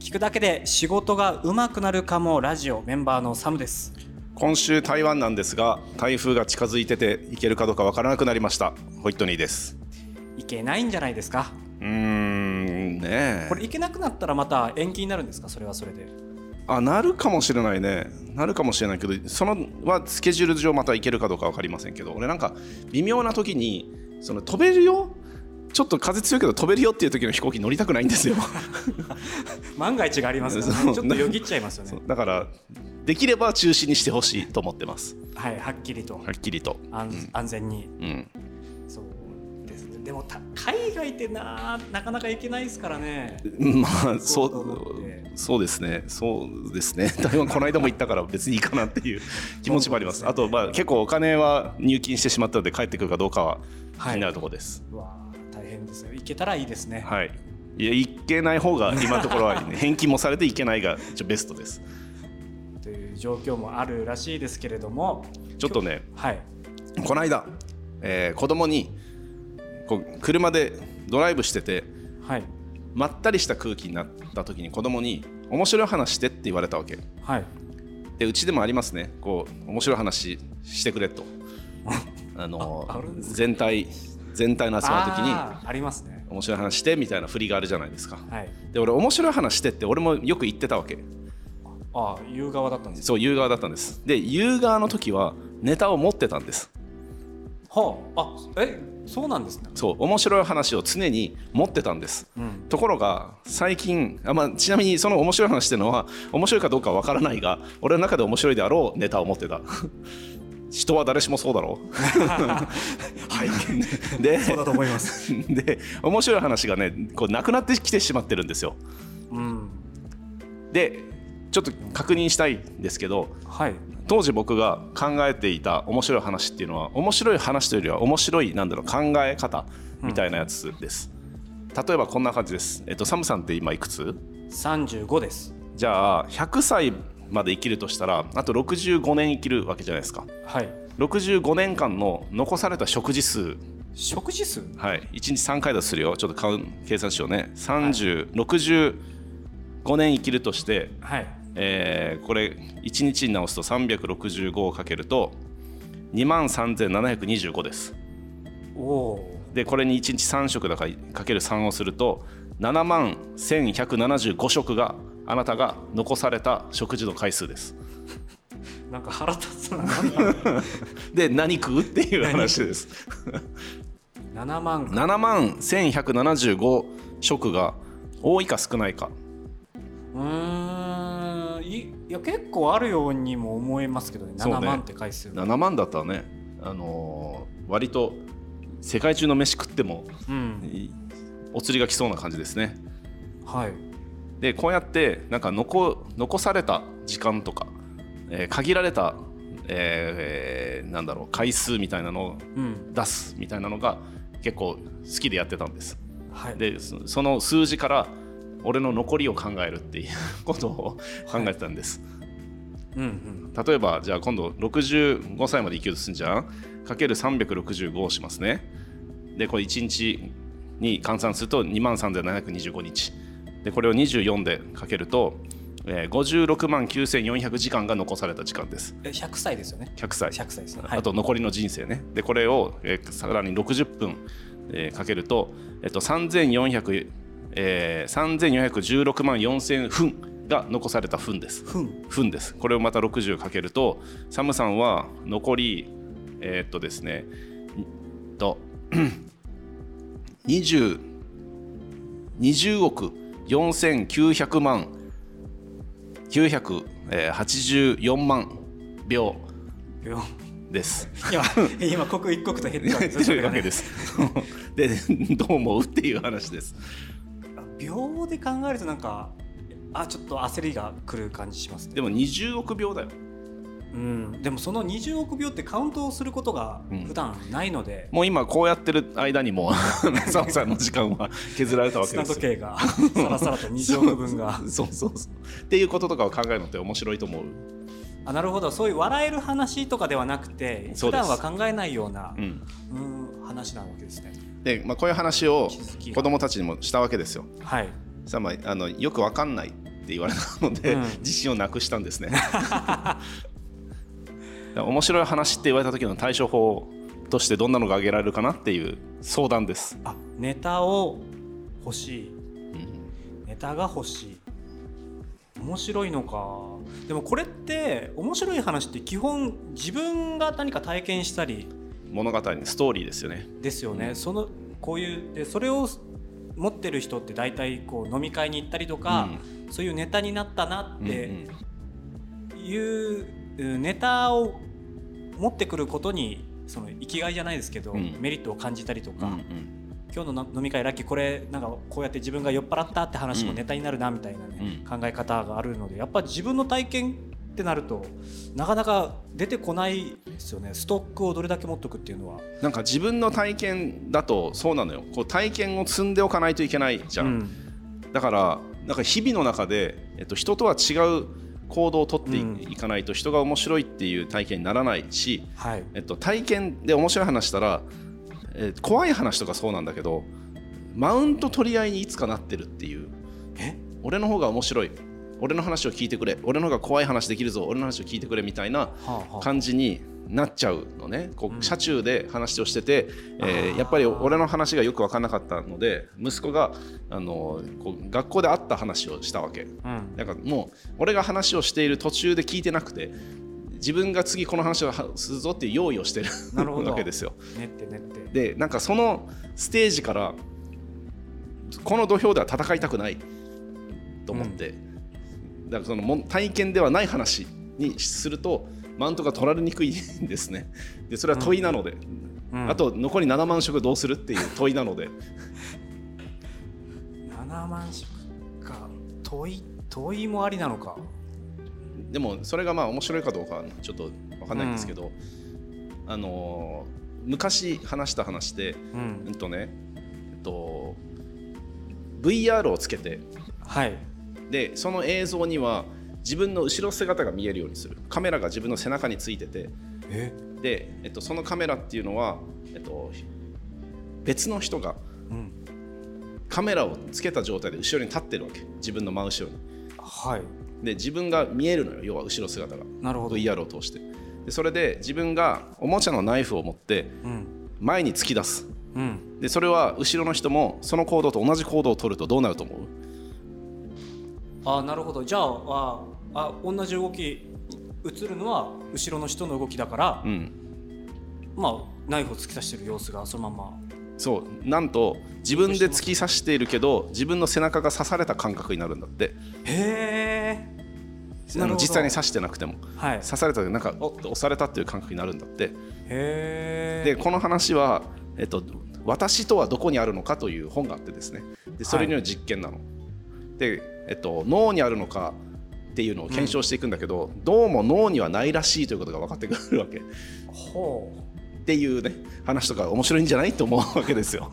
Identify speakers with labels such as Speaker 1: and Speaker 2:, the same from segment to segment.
Speaker 1: 聞くだけで仕事が上手くなるかもラジオメンバーのサムです
Speaker 2: 今週台湾なんですが台風が近づいてて行けるかどうかわからなくなりましたホイットニーです
Speaker 1: いけないんじゃないですか
Speaker 2: うーんねえ
Speaker 1: これいけなくなったらまた延期になるんですかそれはそれで
Speaker 2: あなるかもしれないねなるかもしれないけどそのはスケジュール上また行けるかどうか分かりませんけど俺なんか微妙な時にその飛べるよちょっと風強いけど飛べるよっていう時の飛行機乗りたくないんですよ
Speaker 1: 万が一がありますから、ね、ち
Speaker 2: そ
Speaker 1: ょ
Speaker 2: う
Speaker 1: っとよぎっちゃいますよ
Speaker 2: そ
Speaker 1: ね
Speaker 2: うだからできれば中止にしてほしいと思ってます
Speaker 1: はいはっきりと、
Speaker 2: はっきりと
Speaker 1: 安安全に
Speaker 2: うん
Speaker 1: そうですねでもた海外ってななかなか行けないですからね
Speaker 2: まあ
Speaker 1: そ
Speaker 2: そう
Speaker 1: と思っ
Speaker 2: う
Speaker 1: て
Speaker 2: そうですねそうですね 台湾この間も行ったから別にいいかなっていう 気持ちもありますあとまあ結構お金は入金してしまったので帰ってくるかどうかは気になるところです
Speaker 1: うわあ大変ですよ行けたらいいですね、
Speaker 2: はい、い、や行けない方が今のところは、 ね、返金もされていけないが一応ベストです
Speaker 1: という状況もあるらしいですけれども
Speaker 2: ちょっとね
Speaker 1: はい
Speaker 2: この間、えー、子供にこう車でドライブしてて
Speaker 1: はい
Speaker 2: まったりした空気になった時に子供に面白い話してって言われたわけ
Speaker 1: はい
Speaker 2: でうちでもありますねこう面白い話してくれ とあの
Speaker 1: ああるんですか
Speaker 2: 全体全体の集まる時に
Speaker 1: あーありますね
Speaker 2: 面白い話してみたいな振りがあるじゃないですか
Speaker 1: はい
Speaker 2: で俺面白い話してって俺もよく言ってたわけ
Speaker 1: ああ言う側だったんです
Speaker 2: そう言う側だったんですで言う側の時はネタを持ってたんです
Speaker 1: はああえそうなんですね
Speaker 2: そう面白い話を常に持ってたんです、
Speaker 1: うん
Speaker 2: ところが最近あ、まあ、ちなみにその面白い話っていうのは面白いかどうかは分からないが俺の中で面白いであろうネタを持ってた 人は誰しもそうだろうはい で
Speaker 1: そうだと思います
Speaker 2: で面白い話がねこうなくなってきてしまってるんですよ
Speaker 1: うん
Speaker 2: でちょっと確認したいんですけど
Speaker 1: はい
Speaker 2: 当時僕が考えていた面白い話っていうのは面白い話というよりは面白いなんだろう考え方みたいなやつです、例えばこんな感じです、えっと、サムさんって今いくつ
Speaker 1: 35です
Speaker 2: じゃあ100歳まで生きるとしたらあと65年生きるわけじゃないですか
Speaker 1: はい
Speaker 2: 65年間の残された食事数
Speaker 1: 食事数
Speaker 2: はい1日3回だとするよちょっとカウン計算しようね3065年生きるとして、
Speaker 1: はい
Speaker 2: えーこれ1日に直すと365をかけると2万3725です
Speaker 1: おお
Speaker 2: でこれに1日3食だからかける3をすると7万1175食があなたが残された食事の回数です
Speaker 1: ーなんか腹立つな 7
Speaker 2: で何食うっていう話です
Speaker 1: 万か
Speaker 2: 7万1175食が多いか少ないか
Speaker 1: うーんいいや結構あるようにも思えますけどね
Speaker 2: そうね
Speaker 1: 7万って回数
Speaker 2: 7万だったらね、あのー割と世界中の飯食っても
Speaker 1: うん
Speaker 2: いお釣りが来そうな感じですね
Speaker 1: はい
Speaker 2: でこうやってなんか残残された時間とか、えー限られた、えーえーなんだろう回数みたいなのを
Speaker 1: うん
Speaker 2: 出すみたいなのが結構好きでやってたんです
Speaker 1: はい
Speaker 2: でそその数字から俺の残りを考えるっていうことを考えてたんです、
Speaker 1: うんうん
Speaker 2: 例えばじゃあ今度65歳まで生きるとするんじゃんかける365をしますねでこれ1日に換算すると2万3725日でこれを24でかけると、えー、56万9400時間が残された時間です
Speaker 1: え100歳ですよね
Speaker 2: 100歳
Speaker 1: 100歳ですね、はい、
Speaker 2: あと残りの人生ねでこれを、えーさらに60分、えーかけると、えっと、3400えー3416万4000分が残された分です
Speaker 1: 分
Speaker 2: 分ですこれをまた60かけるとサムさんは残りえーっとですねんと 20, 20億4900万984万秒
Speaker 1: 秒
Speaker 2: です。
Speaker 1: 今今刻一刻と減ってたんですよ
Speaker 2: と
Speaker 1: そ
Speaker 2: い
Speaker 1: れ
Speaker 2: う
Speaker 1: が
Speaker 2: わ
Speaker 1: ね
Speaker 2: けです。でどう思うっていう話です。
Speaker 1: 秒で考えるとなんかあちょっと焦りが来る感じしますね
Speaker 2: でも20億秒だよ。
Speaker 1: うんでもその20億秒ってカウントをすることが
Speaker 2: うん
Speaker 1: 普段ないので、
Speaker 2: もう今こうやってる間にもう サムさんの時間は削られたわけ
Speaker 1: 砂
Speaker 2: です
Speaker 1: 時。
Speaker 2: よ
Speaker 1: 計がさらさらと20億分が
Speaker 2: そうそうそうっていうこととかを考えるのって面白いと思う、
Speaker 1: あなるほどそういう笑える話とかではなくて
Speaker 2: そ
Speaker 1: 普
Speaker 2: うで
Speaker 1: 段
Speaker 2: す
Speaker 1: は考えないような
Speaker 2: うん
Speaker 1: うん話なわけですね
Speaker 2: でまあ、こういう話を
Speaker 1: 気づきが
Speaker 2: 子供たちにもしたわけですよ
Speaker 1: はい
Speaker 2: さあ、まあ、あのよくわかんないって言われたので、
Speaker 1: うん
Speaker 2: 自信をなくしたんで すね面白い話って言われた時の対処法としてどんなのが挙げられるかなっていう相談です、
Speaker 1: あネタを欲しい
Speaker 2: うん
Speaker 1: ネタが欲しい面白いのかでもこれって面白い話って基本自分が何か体験したり
Speaker 2: 物語にストーリーですよね
Speaker 1: ですよね、そのこういうでそれを持ってる人って大体こう飲み会に行ったりとか、そういうネタになったな
Speaker 2: うん
Speaker 1: って
Speaker 2: うん
Speaker 1: いううんネタを持ってくることにその生きがいじゃないですけど、
Speaker 2: うん
Speaker 1: メリットを感じたりと
Speaker 2: う
Speaker 1: か、
Speaker 2: んうん
Speaker 1: 今日の飲み会ラッキーこれなんかこうやって自分が酔っ払ったって話も
Speaker 2: うん
Speaker 1: ネタになるなみたいなね、
Speaker 2: うん
Speaker 1: 考え方があるのでやっぱ自分の体験ってなるとなかなか出てこないですよねストックをどれだけ持っとくっていうのは。
Speaker 2: なんか自分の体験だとそうなのよこう体験を積んでおかないといけないじゃ、
Speaker 1: うんん
Speaker 2: だからなんか日々の中で、えっと、人とは違う行動をとってい,、
Speaker 1: うん
Speaker 2: かないと人が面白いっていう体験にならないし、
Speaker 1: はい、
Speaker 2: えっと、体験で面白い話したら、えー怖い話とかそうなんだけどマウント取り合いにいつかなってるっていう
Speaker 1: え
Speaker 2: 俺の方が面白い俺の話を聞いてくれ俺の方が怖い話できるぞ俺の話を聞いてくれみたいな
Speaker 1: はあはあ
Speaker 2: 感じになっちゃうのねこ
Speaker 1: う
Speaker 2: うん車中で話をしてて、えー
Speaker 1: あー
Speaker 2: やっぱり俺の話がよく分かんなかったので息子があのこう学校で会った話をしたわけ
Speaker 1: うん
Speaker 2: なんかもう俺が話をしている途中で聞いてなくて自分が次この話をはするぞっていう用意をしてる
Speaker 1: なるほど
Speaker 2: わけですよ
Speaker 1: 練って練って
Speaker 2: でなんかそのステージからこの土俵では戦いたくないと思って、だからそのもん体験ではない話にするとマウントが取られにくいんですねでそれは問いなので、
Speaker 1: うん
Speaker 2: あと残り7万色どうするっていう問いなので
Speaker 1: 7万色か問い問いもありなのか
Speaker 2: でもそれがまあ面白いかどうかはちょっと分かんないんですけど、あのー昔話した話で
Speaker 1: う
Speaker 2: うんんとねえっと VR をつけて
Speaker 1: はい
Speaker 2: でその映像には自分の後ろ姿が見えるようにするカメラが自分の背中についてて
Speaker 1: え
Speaker 2: で、えっと、そのカメラっていうのは、えっと、別の人が
Speaker 1: うん
Speaker 2: カメラをつけた状態で後ろに立ってるわけ自分の真後ろに
Speaker 1: はい
Speaker 2: で自分が見えるのよ要は後ろ姿が
Speaker 1: なるほど
Speaker 2: VR を通してでそれで自分がおもちゃのナイフを持って
Speaker 1: うん
Speaker 2: 前に突き出す
Speaker 1: うん
Speaker 2: でそれは後ろの人もその行動と同じ行動を取るとどうなると思う
Speaker 1: あなるほどじゃあああ同じ動き映るのは後ろの人の動きだから、
Speaker 2: うん
Speaker 1: まあナイフを突き刺してる様子がそのまんま
Speaker 2: そうなんと自分で突き刺しているけど自分の背中が刺された感覚になるんだって
Speaker 1: へえ
Speaker 2: あの実際に刺してなくても
Speaker 1: はいへ
Speaker 2: 刺されたでなんかおっと押されたっていう感覚になるんだって
Speaker 1: え
Speaker 2: でこの話は、えっと「私とはどこにあるのか」という本があってですねでそれによる実験なの。で、えっと、脳にあるのかっていうのを検証していくんだけど、どうも脳にはないらしいということが分かってくるわけっ
Speaker 1: ほう
Speaker 2: ていうね話とか面白いんじゃないと思うわけですよ。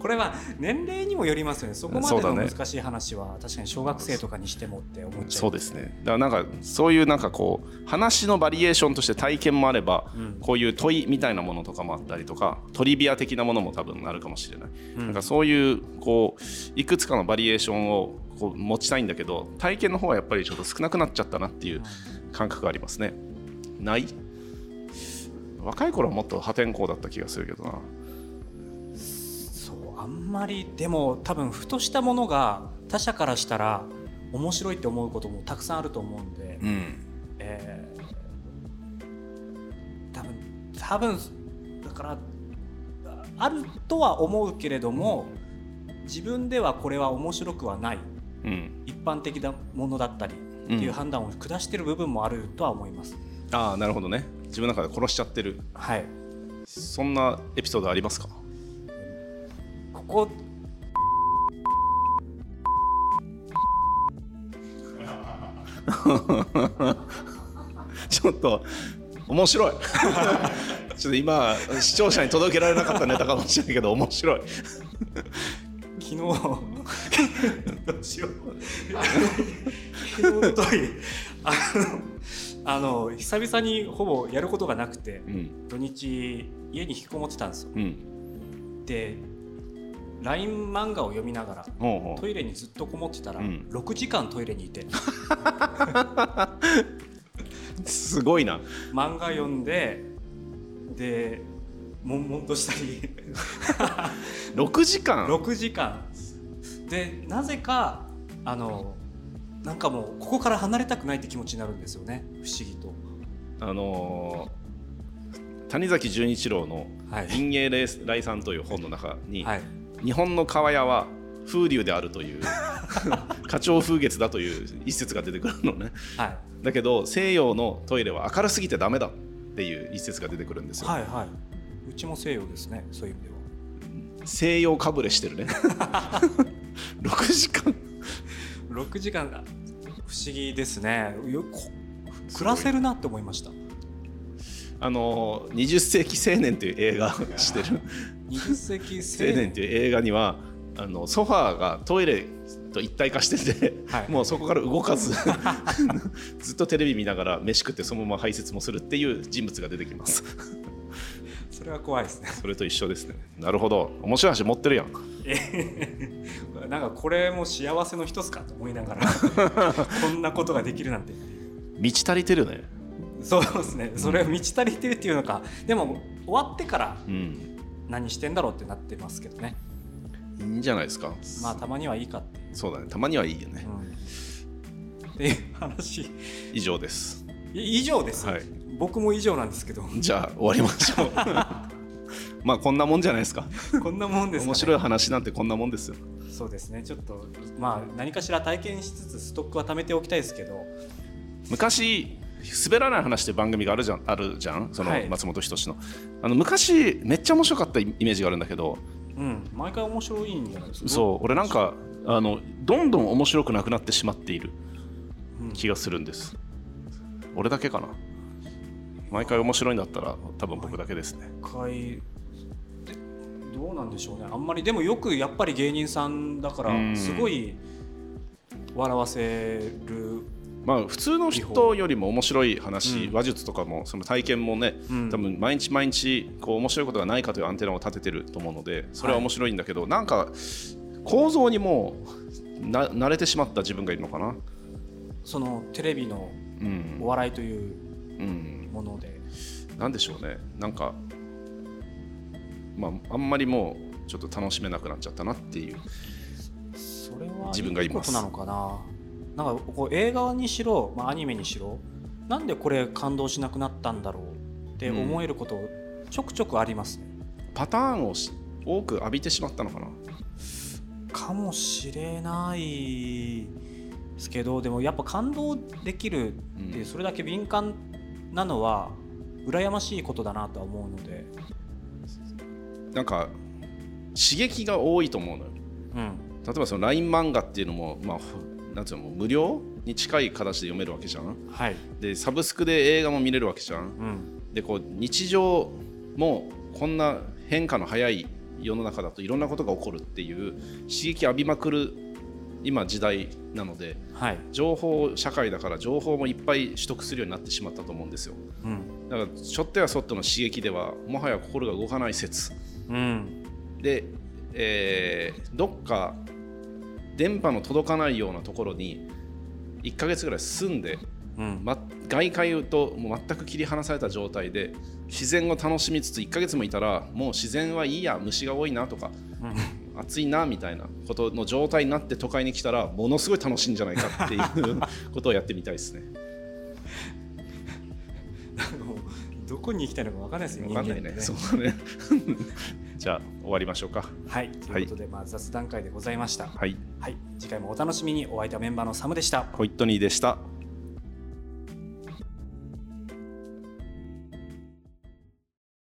Speaker 1: これは年齢にもよりますよねそこま
Speaker 2: そう
Speaker 1: で
Speaker 2: だ
Speaker 1: の
Speaker 2: ね
Speaker 1: 難しい話は確かに小学生とかにしてもって思っちゃ
Speaker 2: そううですねだからなんかそういうなんかこう話のバリエーションとして体験もあれば、
Speaker 1: うん
Speaker 2: こういう問いみたいなものとかもあったりとかトリビア的なものも多分あるかもしれない、
Speaker 1: うん
Speaker 2: なんかそういうこういくつかのバリエーションをこう持ちたいんだけど体験の方はやっぱりちょっと少なくなっちゃったなっていう感覚がありますねない若い頃はもっと破天荒だった気がするけどな
Speaker 1: そうあんまりでも多分ふとしたものが他者からしたら面白いって思うこともたくさんあると思うんで、
Speaker 2: うん
Speaker 1: えー多分多分だからああるとは思うけれども、自分ではこれは面白くはない
Speaker 2: うん
Speaker 1: 一般的なものだったりっていう判断を下してる部分もあるとは思います。
Speaker 2: ああなるほどね自分の中で殺しちゃってる
Speaker 1: はい
Speaker 2: そんなエピソードありますか
Speaker 1: ここ
Speaker 2: ちょっと面白い ちょっと今視聴者に届けられなかったネタかもしれないけど面白い
Speaker 1: 昨日どうしよう昨日一昨日あのあ の久々にほぼやることがなくて
Speaker 2: うん
Speaker 1: 土日家に引きこもってたんですよ
Speaker 2: うん
Speaker 1: で LINE 漫画を読みながら
Speaker 2: ほうほ
Speaker 1: ト
Speaker 2: う
Speaker 1: イレにずっとこもってたら、
Speaker 2: うん
Speaker 1: 6時間トイレにいて
Speaker 2: すごいな
Speaker 1: 漫画読んでで悶々としたり
Speaker 2: 6時間
Speaker 1: 6時間でなぜかあのなんかもうここから離れたくないって気持ちになるんですよね不思議と。
Speaker 2: あのー谷崎潤一郎の
Speaker 1: はい
Speaker 2: 「陰影礼来さん」という本の中に、
Speaker 1: はい、
Speaker 2: 日本の川屋は風流であるという 花鳥風月だという一節が出てくるのね
Speaker 1: はい
Speaker 2: だけど西洋のトイレは明るすぎてダメだっていう一節が出てくるんですよ、
Speaker 1: はいはいうちも西洋ですねそういう意味では
Speaker 2: 西洋かぶれしてる ね6時間
Speaker 1: 6時間が不思議ですねよこ暮らせるなって思い ました
Speaker 2: あのー「20世紀青年」という映画をしてる
Speaker 1: 20世紀
Speaker 2: 青
Speaker 1: 青
Speaker 2: 年
Speaker 1: 年
Speaker 2: という映画にはあのソファーがトイレと一体化してて、
Speaker 1: はい
Speaker 2: もうそこから動 かずずっとテレビ見ながら飯食ってそのまま排泄もするっていう人物が出てきます
Speaker 1: それは怖いですね
Speaker 2: それと一緒ですねなるほど面白い話持ってるやん
Speaker 1: えへへなんかこれも幸せの一つかと思いな がらこんなことができるなんて
Speaker 2: 満ち足りてるね
Speaker 1: そうですねそれを満ち足りてるっていうのかでも終わってから
Speaker 2: うん
Speaker 1: 何してんだろうってなってますけどね
Speaker 2: いいんじゃないですか
Speaker 1: まあたまにはいいかって、
Speaker 2: そうだねたまにはいいよね
Speaker 1: うんっていう話
Speaker 2: 以上です
Speaker 1: い以上です、
Speaker 2: はい
Speaker 1: 僕も以上なんですけど
Speaker 2: じゃあ終わりまし ょうまあこんなもんじゃないですか
Speaker 1: こんなもんですか、ね、
Speaker 2: 面白い話なんてこんなもんですよ
Speaker 1: そうですねちょっとまあ何かしら体験しつつストックは貯めておきたいですけど
Speaker 2: 昔滑らない話って番組があるじゃんあるじゃんその
Speaker 1: はい
Speaker 2: 松本人志の,、あの昔めっちゃ面白かったイメージがあるんだけど
Speaker 1: うん毎回面白いんじゃないですか
Speaker 2: そう俺なんかあのどんどん面白くなくなってしまっている
Speaker 1: うん、
Speaker 2: 気がするんです俺だけかな毎回面白いんだったら多分僕だけですね
Speaker 1: 回でどうなんでしょうねあんまりでもよくやっぱり芸人さんだか
Speaker 2: うん
Speaker 1: らすごい笑わせる
Speaker 2: まあ普通の人よりも面白い話、
Speaker 1: うん
Speaker 2: 話術とかもその体験もね、
Speaker 1: うん
Speaker 2: 多分毎日毎日こう面白いことがないかというアンテナを立ててると思うのでそれは面白いんだけど、なんか構造にもうな慣れてしまった自分がいるのかな。
Speaker 1: そのテレビの
Speaker 2: う
Speaker 1: お
Speaker 2: ん
Speaker 1: 笑いという
Speaker 2: うん、
Speaker 1: もので、
Speaker 2: なんでしょうねなんか、まあ、あんまりもうちょっと楽しめなくなっちゃったなっていう
Speaker 1: それは
Speaker 2: 自分がいます
Speaker 1: いことなのかななんかこう映画にしろ、まあ、アニメにしろなんでこれ感動しなくなったんだろうって思えることちょくちょくありますね、
Speaker 2: パターンをし多く浴びてしまったのかな。
Speaker 1: かもしれないですけどでもやっぱ感動できるっ
Speaker 2: う
Speaker 1: て
Speaker 2: ん
Speaker 1: それだけ敏感なのは羨ましいことだなとは思うので、
Speaker 2: なんか刺激が多いと思うのよ。
Speaker 1: うん、
Speaker 2: 例えばその LINE 漫画っていうのも、まあ、ほなんていうのもう無料に近い形で読めるわけじゃん
Speaker 1: はい、
Speaker 2: でサブスクで映画も見れるわけじゃん
Speaker 1: うん、
Speaker 2: でこう日常もこんな変化の早い世の中だといろんなことが起こるっていう刺激浴びまくる今時代なので
Speaker 1: はい、
Speaker 2: 情報社会だから情報もいっぱい取得するようになってしまったと思うんですよ
Speaker 1: うん、
Speaker 2: だからちょっとやそっとの刺激ではもはや心が動かない説
Speaker 1: うん、
Speaker 2: で、えーどっか電波の届かないようなところに1ヶ月ぐらい住んで、
Speaker 1: うん、
Speaker 2: ま、外界ともう全く切り離された状態で自然を楽しみつつ1ヶ月もいたらもう自然はいいや虫が多いなとか
Speaker 1: うん
Speaker 2: 暑いなみたいなことの状態になって都会に来たらものすごい楽しいんじゃないかっていうことをやってみたいですね。
Speaker 1: もうどこに行きたいのか分かんないですよ、
Speaker 2: わかんないね。
Speaker 1: 人
Speaker 2: そ
Speaker 1: 間ってね
Speaker 2: うだね じゃあ終わりましょうか。
Speaker 1: はい、ということで、まあ、雑談会でございました。
Speaker 2: はい、
Speaker 1: はい、次回もお楽しみに。お相手はメンバーのサムでした。
Speaker 2: ホイットニーでした。